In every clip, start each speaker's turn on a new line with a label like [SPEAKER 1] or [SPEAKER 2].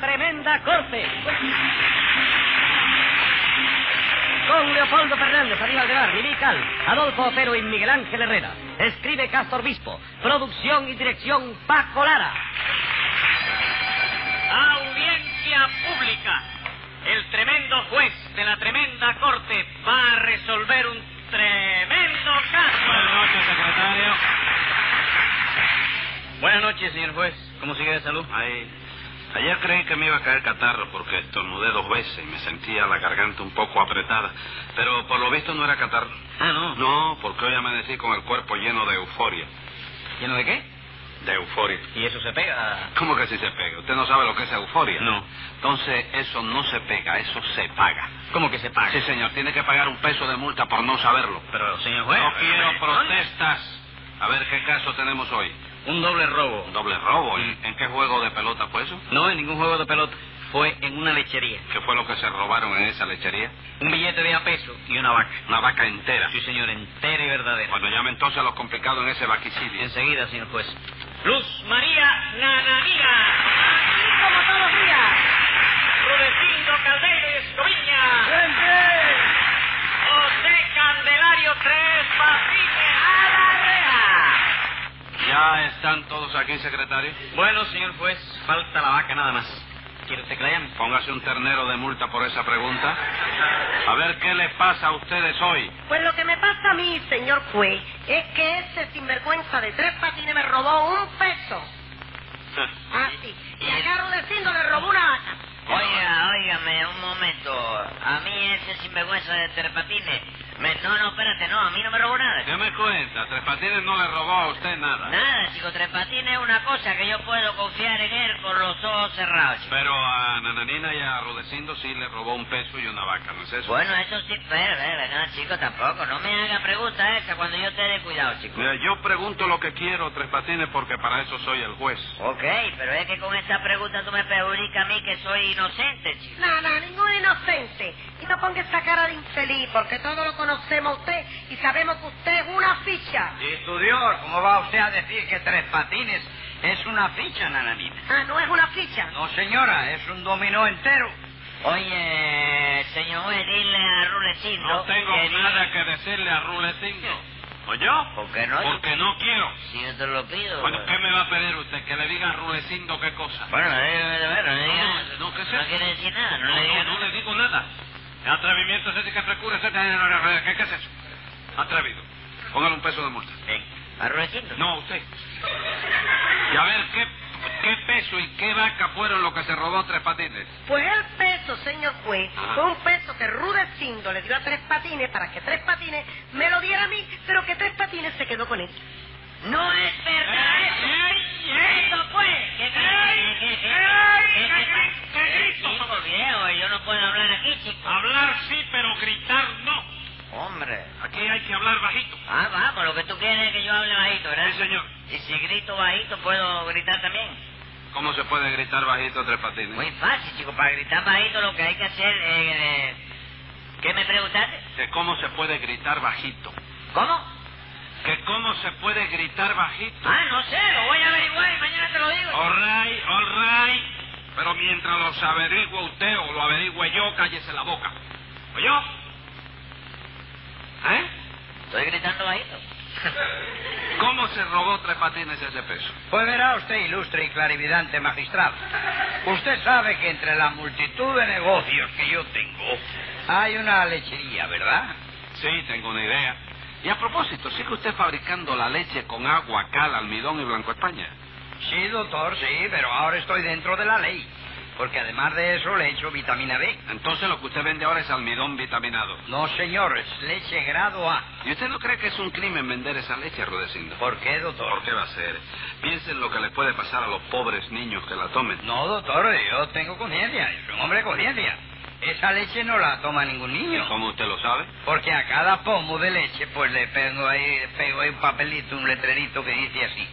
[SPEAKER 1] tremenda corte. Con Leopoldo Fernández, Aníbal Aldebar, Mimí Cal, Adolfo Otero y Miguel Ángel Herrera. Escribe Castor Bispo. Producción y dirección Paco Lara.
[SPEAKER 2] Audiencia pública. El tremendo juez de la tremenda corte va a resolver un tremendo caso.
[SPEAKER 3] Buenas noches, secretario.
[SPEAKER 2] Buenas noches, señor juez. ¿Cómo sigue de salud?
[SPEAKER 3] Ay, ayer creí que me iba a caer catarro porque estornudé dos veces y me sentía la garganta un poco apretada. Pero por lo visto no era catarro.
[SPEAKER 2] Ah, no.
[SPEAKER 3] No, porque hoy amanecí con el cuerpo lleno de euforia.
[SPEAKER 2] ¿Lleno de qué?
[SPEAKER 3] ¿De euforia?
[SPEAKER 2] ¿Y eso se pega?
[SPEAKER 3] ¿Cómo que si se pega? Usted no sabe lo que es euforia.
[SPEAKER 2] No.
[SPEAKER 3] Entonces, eso no se pega, eso se paga.
[SPEAKER 2] ¿Cómo que se paga?
[SPEAKER 3] Sí, señor, tiene que pagar un peso de multa por no saberlo.
[SPEAKER 2] Pero, señor juez...
[SPEAKER 3] no quiero protestas. A ver, ¿qué caso tenemos hoy?
[SPEAKER 2] Un doble robo.
[SPEAKER 3] ¿Un doble robo? ¿En,
[SPEAKER 2] Mm.
[SPEAKER 3] en qué juego de pelota fue eso?
[SPEAKER 2] No en ningún juego de pelota. Fue en una lechería.
[SPEAKER 3] ¿Qué fue lo que se robaron en esa lechería?
[SPEAKER 2] Un billete de a peso y una vaca.
[SPEAKER 3] Una vaca entera.
[SPEAKER 2] Sí, señor, entera y verdadera.
[SPEAKER 3] Bueno, llame entonces a los complicados en ese vaquicidio.
[SPEAKER 2] Enseguida, señor juez. Luz María Nananina.
[SPEAKER 1] Y como todos los días.
[SPEAKER 2] Rudecindo Caldeiro y Escoviña.
[SPEAKER 1] ¡Siempre!
[SPEAKER 2] José Candelario Tres Patines.
[SPEAKER 1] ¡A la reja!
[SPEAKER 3] ¿Ya están todos aquí, secretario?
[SPEAKER 2] Bueno, señor juez, falta la vaca nada más. ¿Quiere usted que la llame?
[SPEAKER 3] Póngase un ternero de multa por esa pregunta. A ver, ¿qué le pasa a ustedes hoy?
[SPEAKER 4] Pues lo que me pasa a mí, señor juez, es que ese sinvergüenza de tres patines me robó un peso. Ah, sí. Y a Carolecindo le robó una vaca.
[SPEAKER 5] Oiga, óigame, un momento. A mí ese sinvergüenza de Terpatines. Me... No, no, espérate, no, a mí no me robó nada.
[SPEAKER 3] Deme cuenta, Tres Patines no le robó a usted nada.
[SPEAKER 5] Nada, chico, Terpatines es una cosa que yo puedo confiar en él con los ojos cerrados. chico.
[SPEAKER 3] Pero a Nananina y a Rudecindo sí le robó un peso y una vaca, ¿no es eso?
[SPEAKER 5] Bueno, eh. eso sí, pero, pero, no, chico, tampoco. No me haga preguntas esa cuando yo te dé cuidado, chico.
[SPEAKER 3] Mira, yo pregunto lo que quiero, Tres Patines, porque para eso soy el juez.
[SPEAKER 5] Ok, pero es que con esa pregunta tú me perjudicas a mí que soy inocente, chico.
[SPEAKER 4] No, no, ningún inocente. Y no ponga esa cara de infeliz, porque todos lo conocemos a usted y sabemos que usted es una ficha.
[SPEAKER 2] Estudió, ¿cómo va usted a decir que Tres Patines es una ficha, Nananina?
[SPEAKER 4] Ah, no es una ficha.
[SPEAKER 2] No, señora, es un dominó entero.
[SPEAKER 5] Oye, señor juez, dile a Rulecindo...
[SPEAKER 3] No tengo
[SPEAKER 5] que diga-
[SPEAKER 3] nada que decirle a Rulecindo. ¿Oyó?
[SPEAKER 5] ¿Por qué no?
[SPEAKER 3] Porque no quiero.
[SPEAKER 5] Si yo te lo pido...
[SPEAKER 3] Bueno, ¿qué me va a pedir usted? ¿Que le diga a Rulecindo qué cosa?
[SPEAKER 5] Bueno, eh, bueno, no, digas-
[SPEAKER 3] No, no, no, ¿qué es eso?
[SPEAKER 5] quiere decir nada, no,
[SPEAKER 3] No,
[SPEAKER 5] le
[SPEAKER 3] no,
[SPEAKER 5] digas
[SPEAKER 3] no
[SPEAKER 5] nada.
[SPEAKER 3] le digo nada. Atrevimiento es ese que frecura. ese- ¿Qué, qué es eso? Atrevido. Póngale un peso de multa.
[SPEAKER 5] Ven, ¿a Rudecindo?
[SPEAKER 3] No, usted. Y a ver, ¿qué, qué peso y qué vaca fueron lo que se robó Tres Patines?
[SPEAKER 4] Pues el peso, señor juez,
[SPEAKER 5] Ah.
[SPEAKER 3] Ajá.
[SPEAKER 4] fue un peso que Rudecindo le dio a Tres Patines para que Tres Patines me lo diera a mí, pero que Tres Patines se quedó con él.
[SPEAKER 5] No es verdad
[SPEAKER 3] ¡Ey,
[SPEAKER 5] eso.
[SPEAKER 3] ey, ey!
[SPEAKER 5] Eso fue. ¿Qué qué-
[SPEAKER 3] ¡Ey!
[SPEAKER 5] qué- qué-
[SPEAKER 3] ¡Ey!
[SPEAKER 5] qué- qué-
[SPEAKER 3] ¡Qué grito, qué grito,
[SPEAKER 5] Chico,
[SPEAKER 3] por favor!
[SPEAKER 5] viejo, yo no puedo hablar aquí, chico.
[SPEAKER 3] Hablar sí, pero gritar no.
[SPEAKER 5] Hombre.
[SPEAKER 3] Aquí hay que hablar bajito.
[SPEAKER 5] Ah, vamos, lo que tú quieres es que yo hable bajito, ¿verdad?
[SPEAKER 3] Sí, señor.
[SPEAKER 5] Y si grito bajito, ¿puedo gritar también?
[SPEAKER 3] ¿Cómo se puede gritar bajito Tres Patines?
[SPEAKER 5] Muy fácil, chico. Para gritar bajito lo que hay que hacer eh, eh, ¿Qué me preguntaste?
[SPEAKER 3] Que cómo se puede gritar bajito.
[SPEAKER 5] ¿Cómo?
[SPEAKER 3] Que cómo se puede gritar bajito.
[SPEAKER 5] Ah, no sé, lo voy a averiguar y mañana te lo digo.
[SPEAKER 3] All right, all right. Pero mientras los averigua usted o lo averigüe yo, cállese la boca. ¿Oyó? ¿Eh?
[SPEAKER 5] ¿Ah? Estoy gritando bajito.
[SPEAKER 3] ¿Cómo se robó Tres Patines ese peso?
[SPEAKER 6] Pues verá usted, ilustre y clarividante magistrado. Usted sabe que entre la multitud de negocios que yo tengo, hay una lechería, ¿verdad?
[SPEAKER 3] Sí, tengo una idea. Y a propósito, ¿sigue usted fabricando la leche con agua, cal, almidón y blanco España?
[SPEAKER 6] Sí, doctor, sí, pero ahora estoy dentro de la ley. Porque además de eso le echo vitamina B.
[SPEAKER 3] Entonces lo que usted vende ahora es almidón vitaminado.
[SPEAKER 6] No, señor, es leche grado A.
[SPEAKER 3] ¿Y usted no cree que es un crimen vender esa leche, Rudecindo?
[SPEAKER 6] ¿Por qué,
[SPEAKER 3] ¿Por
[SPEAKER 6] doctor?
[SPEAKER 3] qué va a ser? Piensen lo que le puede pasar a los pobres niños que la tomen.
[SPEAKER 6] No, doctor, yo tengo conciencia. Yo soy un hombre de conciencia. Esa leche no la toma ningún
[SPEAKER 3] ¿Y
[SPEAKER 6] niño.
[SPEAKER 3] cómo usted lo sabe?
[SPEAKER 6] Porque a cada pomo de leche, pues le pego ahí, pego ahí un papelito, un letrerito que dice así.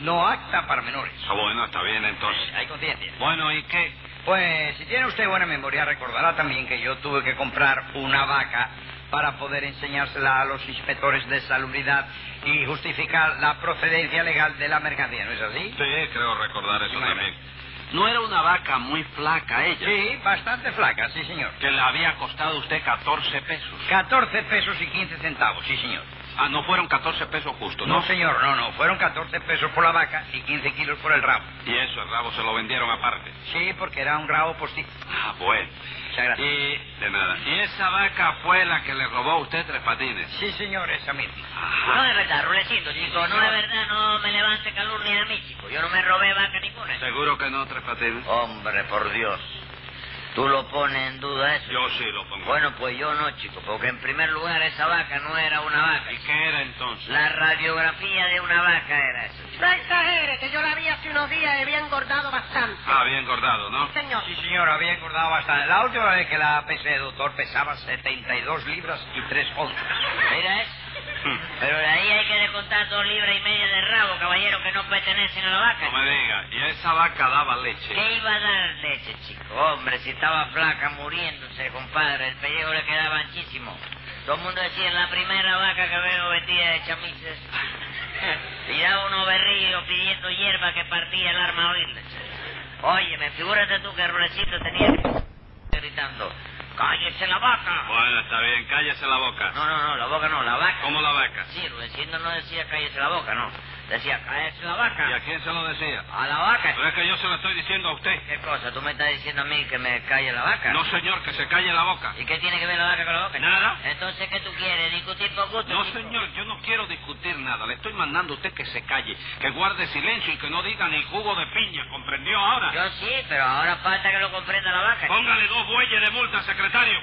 [SPEAKER 6] No acta para menores.
[SPEAKER 3] Ah, bueno, está bien entonces.
[SPEAKER 6] Hay conciencia.
[SPEAKER 3] Bueno, ¿y qué?
[SPEAKER 6] Pues si tiene usted buena memoria, recordará también que yo tuve que comprar una vaca para poder enseñársela a los inspectores de salubridad y justificar la procedencia legal de la mercancía, ¿no es así?
[SPEAKER 3] Sí, creo recordar eso
[SPEAKER 6] Sí, madre.
[SPEAKER 3] también. No era una vaca muy flaca ella.
[SPEAKER 6] Sí, bastante flaca, sí, señor.
[SPEAKER 3] Que le había costado a usted 14 pesos.
[SPEAKER 6] 14 pesos y 15 centavos, sí, señor.
[SPEAKER 3] Ah, no fueron 14 pesos justo, ¿no?
[SPEAKER 6] No, señor, no, no. Fueron 14 pesos por la vaca y 15 kilos por el rabo.
[SPEAKER 3] Y eso, el rabo se lo vendieron aparte.
[SPEAKER 6] Sí, porque era un rabo postizo.
[SPEAKER 3] Ah, bueno.
[SPEAKER 6] Muchas gracias.
[SPEAKER 3] Y, de nada. Y esa vaca fue la que le robó a usted tres patines.
[SPEAKER 6] Sí, señor, esa misma.
[SPEAKER 5] No es verdad, Rulecito, chico. No es verdad, no me levante calumnias a mí, chico. Yo no me robé vaca ninguna.
[SPEAKER 3] ¿Seguro que no, tres patines?
[SPEAKER 5] Hombre, por Dios. ¿Tú lo pones en duda eso?
[SPEAKER 3] Yo sí lo pongo.
[SPEAKER 5] Bueno, pues yo no, chico, porque en primer lugar esa vaca no era una vaca.
[SPEAKER 3] ¿Y qué era entonces?
[SPEAKER 5] La radiografía de una vaca era eso.
[SPEAKER 4] No exagere, que yo la vi hace unos días y había engordado bastante.
[SPEAKER 3] Ah, bien engordado, ¿no?
[SPEAKER 4] Sí, señor.
[SPEAKER 6] Sí, señor, había engordado bastante. La última vez que la pesé, doctor, pesaba 72 libras y 3 onzas.
[SPEAKER 5] Mira eso. Pero de ahí hay que descontar dos libras y media de rabo, caballero, que no pertenecen a la vaca.
[SPEAKER 3] No me diga. Y esa vaca daba leche.
[SPEAKER 5] ¿Qué iba a dar leche, chico? Hombre, si estaba flaca muriéndose, compadre, el pellejo le quedaba anchísimo. Todo el mundo decía, la primera vaca que veo vestida de chamises. y daba unos berrillos pidiendo hierba que partía el arma a oírle. Óyeme, figúrate tú que Rulecito tenía que... gritando, ¡cállese la vaca!
[SPEAKER 3] Bueno, está bien. Cállese la boca.
[SPEAKER 5] No, no, no, la boca no, la vaca.
[SPEAKER 3] ¿Cómo la vaca?
[SPEAKER 5] Sí, Rulecito no decía cállese la boca, no. Decía, cállese la vaca.
[SPEAKER 3] ¿Y a quién se lo decía?
[SPEAKER 5] A la vaca.
[SPEAKER 3] Pero es que yo se lo estoy diciendo a usted.
[SPEAKER 5] ¿Qué cosa? ¿Tú me estás diciendo a mí que me calle la vaca?
[SPEAKER 3] No, señor, que se calle la boca.
[SPEAKER 5] ¿Y qué tiene que ver la vaca con la boca?
[SPEAKER 3] Nada.
[SPEAKER 5] Entonces, ¿qué tú quieres? ¿Discutir por gusto?
[SPEAKER 3] No,
[SPEAKER 5] chico?
[SPEAKER 3] señor, yo no quiero discutir nada. Le estoy mandando a usted que se calle, que guarde silencio y que no diga ni jugo de piña. ¿Comprendió ahora?
[SPEAKER 5] Yo sí, pero ahora falta que lo comprenda la vaca.
[SPEAKER 3] Póngale dos bueyes de multa, secretario.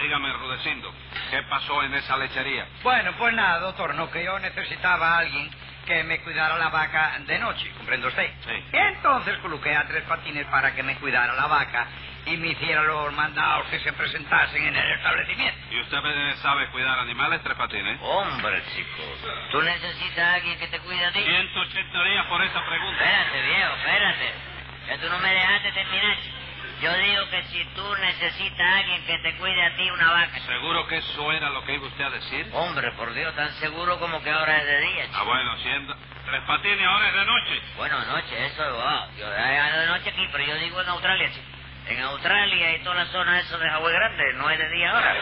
[SPEAKER 3] Dígame, Rudecindo, ¿qué pasó en esa lechería?
[SPEAKER 6] Bueno, pues nada, doctor, no que yo necesitaba a alguien que me cuidara la vaca de noche, ¿comprende usted?
[SPEAKER 3] Sí.
[SPEAKER 6] Y entonces coloqué a tres patines para que me cuidara la vaca y me hiciera los mandados que se presentasen en el establecimiento.
[SPEAKER 3] ¿Y usted eh, sabe cuidar animales, tres patines?
[SPEAKER 5] Hombre, chico. ¿Tú necesitas a alguien que te cuide a ti?
[SPEAKER 3] 180 días por esa pregunta.
[SPEAKER 5] Espérate, viejo, espérate. Que tú no me dejaste terminar. chico. Yo digo que si tú necesitas a alguien que te cuide a ti una vaca. chico.
[SPEAKER 3] ¿Seguro que eso era lo que iba usted a decir?
[SPEAKER 5] Hombre, por Dios, tan seguro como que ahora es de día, chico.
[SPEAKER 3] Ah, bueno, siendo... Tres patines, ahora es de noche.
[SPEAKER 5] Bueno, noche, eso, wow. Yo, hay algo de noche aquí, pero yo digo en Australia, chico. En Australia y toda la zona eso de Hawái Grande, no es de día ahora.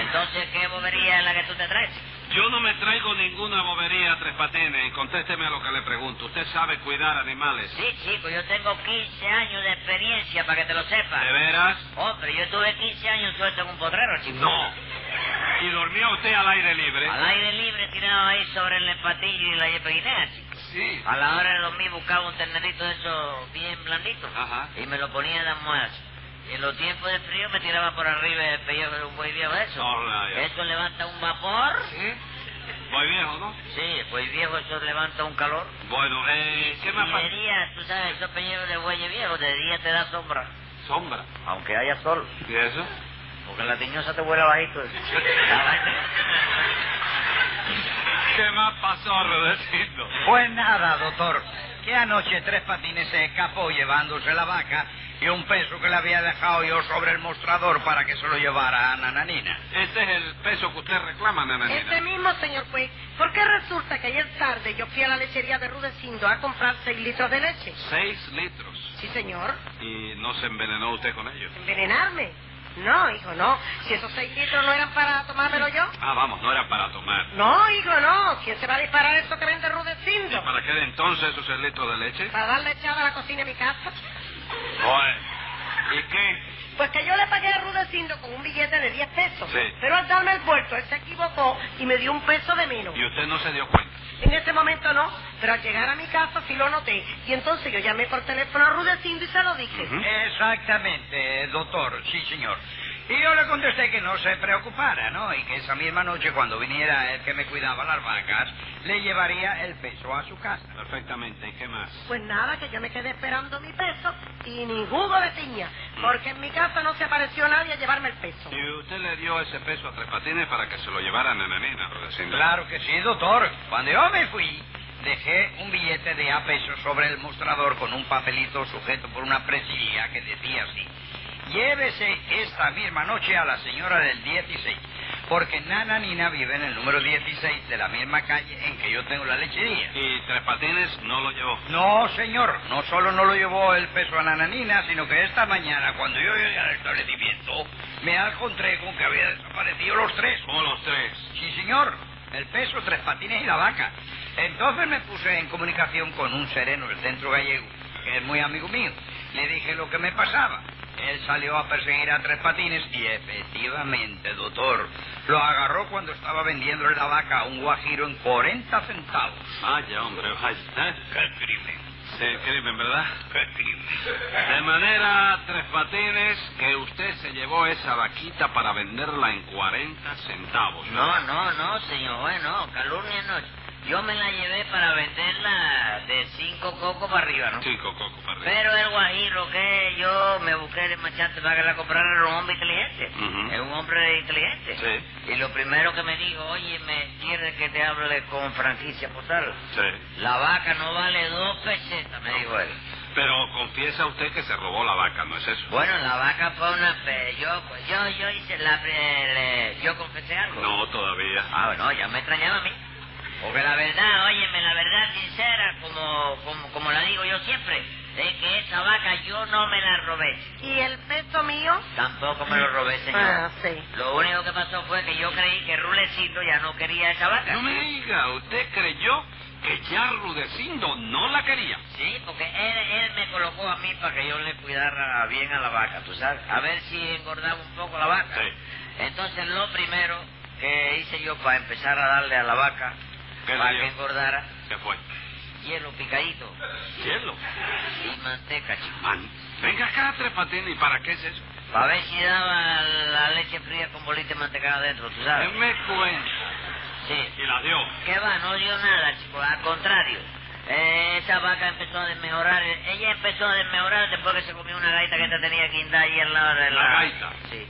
[SPEAKER 5] Entonces, ¿qué bobería es la que tú te traes? chico?
[SPEAKER 3] Yo no me traigo ninguna bobería, Tres Patines, y contésteme a lo que le pregunto. Usted sabe cuidar animales.
[SPEAKER 5] Sí, chico, yo tengo 15 años de experiencia, para que te lo sepas.
[SPEAKER 3] ¿De veras?
[SPEAKER 5] Hombre, yo tuve 15 años suelto en un potrero, chico.
[SPEAKER 3] No. ¿Y dormía usted al aire libre?
[SPEAKER 5] Al aire libre tirado ahí sobre el empatillo y la yepeguinea, chico.
[SPEAKER 3] Sí.
[SPEAKER 5] A la hora de dormir buscaba un ternerito de esos bien blanditos
[SPEAKER 3] Ajá.
[SPEAKER 5] y me lo ponía de almohadas. Y en los tiempos de frío me tiraba por arriba el pellejo de un buey viejo de eso.
[SPEAKER 3] Hola, ya.
[SPEAKER 5] Eso levanta un vapor.
[SPEAKER 3] Muy viejo, ¿no?
[SPEAKER 5] Sí, el buey viejo eso levanta un calor.
[SPEAKER 3] Bueno, eh, ¿qué
[SPEAKER 5] Y
[SPEAKER 3] más
[SPEAKER 5] de
[SPEAKER 3] pasa?
[SPEAKER 5] día, tú sabes, esos pellejos de bueyes viejos de día te da sombra.
[SPEAKER 3] Sombra.
[SPEAKER 5] Aunque haya sol,
[SPEAKER 3] ¿Y eso?
[SPEAKER 5] porque la tiñosa te vuela bajito.
[SPEAKER 3] ¿Qué más pasó, Rodecito?
[SPEAKER 6] Pues nada, doctor, que anoche tres patines se escapó llevándose la vaca y un peso que le había dejado yo sobre el mostrador para que se lo llevara a Nananina.
[SPEAKER 3] Ese es el peso que usted reclama, nananina.
[SPEAKER 4] Ese Este
[SPEAKER 5] Este
[SPEAKER 4] mismo, señor juez. ¿Por qué resulta que ayer tarde yo fui a la lechería de Rudecindo a comprar seis litros de leche?
[SPEAKER 3] Seis litros.
[SPEAKER 4] Sí, señor.
[SPEAKER 3] ¿Y no se envenenó usted con ellos?
[SPEAKER 4] ¿Envenenarme? No, hijo, no. Si esos seis litros no eran para tomármelo yo.
[SPEAKER 3] Ah, vamos, no era para tomar.
[SPEAKER 4] No, hijo, no. ¿Quién se va a disparar eso que vende
[SPEAKER 3] ¿Y
[SPEAKER 4] Rudecindo?
[SPEAKER 3] para qué de entonces esos seis litros de leche?
[SPEAKER 4] ¿Para darle echada a la cocina de mi casa?
[SPEAKER 3] Oye, ¿Y qué?
[SPEAKER 4] Pues que yo le pagué a Rudecindo con un billete de 10 pesos.
[SPEAKER 3] Sí.
[SPEAKER 4] Pero al darme el vuelto, él se equivocó y me dio un peso de menos.
[SPEAKER 3] Y usted no se dio cuenta.
[SPEAKER 4] En ese momento no, pero al llegar a mi casa sí lo noté. Y entonces yo llamé por teléfono a Rudecindo y se lo dije.
[SPEAKER 3] Ujú.
[SPEAKER 6] Exactamente, doctor, sí, señor. Y yo le contesté que no se preocupara, ¿no? Y que esa misma noche, cuando viniera el que me cuidaba las vacas, le llevaría el peso a su casa.
[SPEAKER 3] Perfectamente, ¿y qué más?
[SPEAKER 4] Pues nada, que yo me quedé esperando mi peso y ni jugo de piña, porque en mi casa no se apareció nadie a llevarme el peso.
[SPEAKER 3] Y usted le dio ese peso a Tres Patines para que se lo llevara a Nananina, Rudecindo.
[SPEAKER 6] Claro que sí, doctor. Cuando yo me fui, dejé un billete de a pesos sobre el mostrador con un papelito sujeto por una presilla que decía así. Llévese esta misma noche a la señora del 16. Porque Nana Nina vive en el número 16 de la misma calle en que yo tengo la lechería.
[SPEAKER 3] Y Tres Patines no lo llevó.
[SPEAKER 6] No, señor. No solo no lo llevó el peso a Nananina, sino que esta mañana, cuando yo llegué al establecimiento, me encontré con que había desaparecido los tres.
[SPEAKER 3] ¿Cómo los tres?
[SPEAKER 6] Sí, señor. El peso, tres patines y la vaca. Entonces me puse en comunicación con un sereno del centro gallego, que es muy amigo mío. Le dije lo que me pasaba. Él salió a perseguir a tres patines y efectivamente, doctor, lo agarró cuando estaba vendiendo la vaca a un guajiro en 40 centavos.
[SPEAKER 3] Vaya, hombre, vaya. ¿eh?
[SPEAKER 6] ¡Qué crimen!
[SPEAKER 3] Se crimen, ¿verdad?
[SPEAKER 6] ¡Qué crimen!
[SPEAKER 3] De manera, Tres Patines, que usted se llevó esa vaquita para venderla en 40 centavos.
[SPEAKER 5] No, no, no, señor juez, no, calumnia no. Yo me la llevé para venderla de cinco cocos para arriba, ¿no?
[SPEAKER 3] Chico, Coco, para arriba.
[SPEAKER 5] Pero el guajiro que yo me busqué de machete para que la comprara era un hombre inteligente.
[SPEAKER 3] Ujú.
[SPEAKER 5] Es un hombre inteligente.
[SPEAKER 3] Sí.
[SPEAKER 5] Y lo primero que me dijo, oye, me quiere que te hable con franquicia postal.
[SPEAKER 3] Sí.
[SPEAKER 5] La vaca no vale dos pesetas, me dijo él.
[SPEAKER 3] Pero confiesa usted que se robó la vaca, ¿no es eso?
[SPEAKER 5] Bueno, la vaca fue una... fe- Yo, pues, yo, yo hice la... pri- le- yo confesé algo.
[SPEAKER 3] No, todavía.
[SPEAKER 5] Ah, bueno, ya me extrañaba a mí. Porque la verdad, óyeme, la verdad sincera, como, como, como la digo yo siempre, es que esa vaca yo no me la robé.
[SPEAKER 4] ¿Y el peso mío?
[SPEAKER 5] Tampoco me lo robé, señor.
[SPEAKER 4] Ah, sí.
[SPEAKER 5] Lo único que pasó fue que yo creí que Rulecito ya no quería esa vaca.
[SPEAKER 3] No me diga, usted creyó que ya Rudecindo no la quería.
[SPEAKER 5] Sí, porque él, él me colocó a mí para que yo le cuidara bien a la vaca, tú sabes, a ver si engordaba un poco la vaca.
[SPEAKER 3] Sí.
[SPEAKER 5] Entonces lo primero que hice yo para empezar a darle a la vaca,
[SPEAKER 3] ¿Qué le
[SPEAKER 5] para
[SPEAKER 3] dio?
[SPEAKER 5] que engordara,
[SPEAKER 3] Se fue.
[SPEAKER 5] hielo picadito
[SPEAKER 3] Cielo.
[SPEAKER 5] y manteca, chico.
[SPEAKER 3] Man, venga acá, Tres Patines, ¿y para qué es eso?
[SPEAKER 5] Para ver si daba la leche fría con bolita de manteca adentro, tú sabes.
[SPEAKER 3] Él me cuenta.
[SPEAKER 5] Sí.
[SPEAKER 3] Y la dio.
[SPEAKER 5] Que va, no dio nada, chico, al contrario. Eh, esa vaca empezó a desmejorar, ella empezó a desmejorar después que se comió una gaita que esta tenía guinda ahí al lado de la...
[SPEAKER 3] La gaita.
[SPEAKER 5] Sí.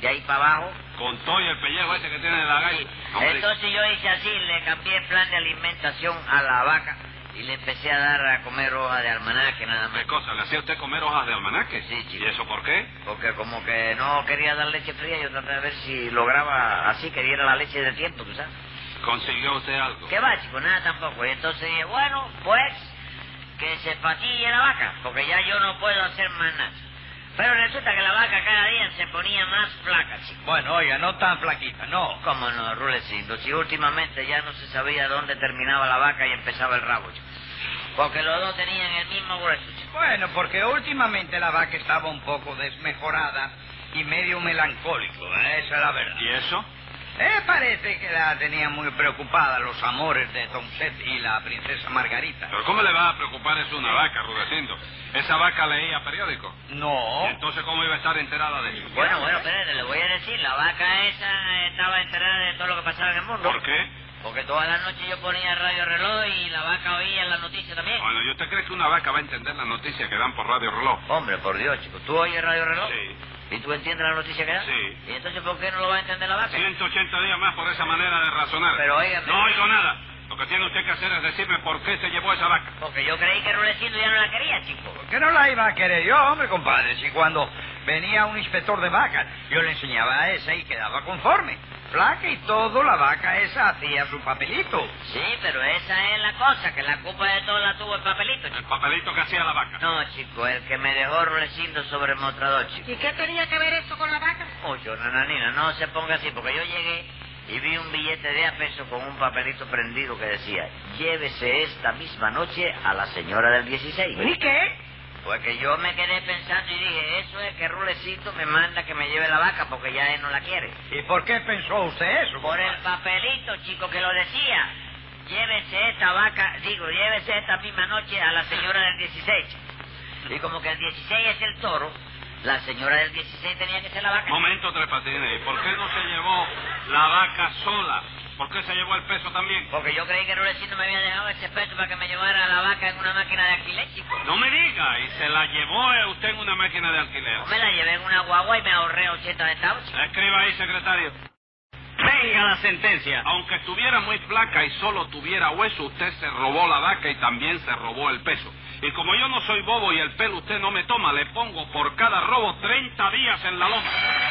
[SPEAKER 5] De ahí para abajo.
[SPEAKER 3] Con todo y el pellejo ese que tiene de la
[SPEAKER 5] Sí.
[SPEAKER 3] gallina. Hombre,
[SPEAKER 5] Entonces yo hice así, le cambié el plan de alimentación a la vaca y le empecé a dar a comer hoja de almanaque nada más.
[SPEAKER 3] ¿Qué cosa? ¿Le hacía usted comer hojas de almanaque?
[SPEAKER 5] Sí, chico.
[SPEAKER 3] ¿Y eso por qué?
[SPEAKER 5] Porque como que no quería dar leche fría, yo traté de ver si lograba así que diera la leche de tiempo, tú sabes.
[SPEAKER 3] ¿Consiguió usted algo?
[SPEAKER 5] ¿Qué va, chico? Nada tampoco. Y entonces dije, bueno, pues que se patille la vaca, porque ya yo no puedo hacer más nada. Pero resulta que la vaca cada día se ponía más flaca, chico.
[SPEAKER 6] Bueno, oiga, no tan flaquita, no.
[SPEAKER 5] Cómo no, Rulecindo, si últimamente ya no se sabía dónde terminaba la vaca y empezaba el rabo, chico. Porque los dos tenían el mismo grueso, chico.
[SPEAKER 6] Bueno, porque últimamente la vaca estaba un poco desmejorada y medio melancólico, ¿eh? esa es la verdad.
[SPEAKER 3] ¿Y eso?
[SPEAKER 6] Eh, parece que la tenía muy preocupada los amores de Tom Set y la princesa Margarita.
[SPEAKER 3] ¿Pero cómo le va a preocupar eso a una vaca, Rudecindo? Esa vaca leía periódico.
[SPEAKER 6] No.
[SPEAKER 3] ¿Y entonces cómo iba a estar enterada de ello?
[SPEAKER 5] Bueno,
[SPEAKER 6] ¿eh?
[SPEAKER 5] bueno, espérate, le voy a decir, la vaca esa estaba enterada de todo lo que pasaba en el mundo.
[SPEAKER 3] ¿Por qué?
[SPEAKER 5] Porque toda la noche yo ponía radio reloj y la vaca oía la noticia también.
[SPEAKER 3] Bueno, ¿y usted cree que una vaca va a entender la noticia que dan por Radio Reloj?
[SPEAKER 5] Hombre, por Dios, chico, ¿tú oyes radio reloj?
[SPEAKER 3] Sí.
[SPEAKER 5] ¿Y tú entiendes la noticia que da?
[SPEAKER 3] Sí.
[SPEAKER 5] ¿Y entonces por qué no lo va a entender la vaca?
[SPEAKER 3] 180 días más por esa manera de razonar.
[SPEAKER 5] Ah, Pero oiga,
[SPEAKER 3] No
[SPEAKER 5] pero-
[SPEAKER 3] oigo nada. Lo que tiene usted que hacer es decirme por qué se llevó esa vaca.
[SPEAKER 5] Porque yo creí que Rulecindo ya no la quería, chico.
[SPEAKER 6] Que no la iba a querer yo, hombre, compadre. Si cuando venía un inspector de vacas, yo le enseñaba a esa y quedaba conforme. Flaca y todo, la vaca esa hacía su papelito.
[SPEAKER 5] Sí, pero esa es la cosa, que la culpa de todo la tuvo el papelito,
[SPEAKER 3] El
[SPEAKER 5] chico.
[SPEAKER 3] papelito que hacía la vaca.
[SPEAKER 5] No, chico, el que me dejó Rulecindo sobre el mostrador, chico.
[SPEAKER 4] ¿Y qué tenía que ver eso con la vaca?
[SPEAKER 5] Oye, nananina, no se ponga así, porque yo llegué y vi un billete de a peso con un papelito prendido que decía, llévese esta misma noche a la señora del 16.
[SPEAKER 4] ¿Y qué?
[SPEAKER 5] Pues que yo me quedé pensando y dije, eso es que Rulecito me manda que me lleve la vaca porque ya él no la quiere.
[SPEAKER 6] ¿Y por qué pensó usted eso?
[SPEAKER 5] Por el
[SPEAKER 6] compadre?
[SPEAKER 5] papelito, chico, que lo decía. Llévese esta vaca, digo, llévese esta misma noche a la señora del 16. Y como que el 16 es el toro, la señora del 16 tenía que ser la vaca.
[SPEAKER 3] Momento, Tres Patines. ¿Y ¿Por qué no se llevó la vaca sola? ¿Por qué se llevó el peso también?
[SPEAKER 5] Porque yo creí que Rulecito me había dejado ese peso para que me llevara a la vaca en una máquina de alquiler, chico.
[SPEAKER 3] No me diga. ¿Y se la llevó eh, usted en una máquina de alquiler?
[SPEAKER 5] Me la llevé en una guagua y me ahorré 80 centavos, chico.
[SPEAKER 3] Escriba ahí, secretario.
[SPEAKER 2] Venga la sentencia.
[SPEAKER 3] Aunque estuviera muy flaca y solo tuviera hueso, usted se robó la vaca y también se robó el peso. Y como yo no soy bobo y el pelo usted no me toma, le pongo por cada robo 30 días en la loma.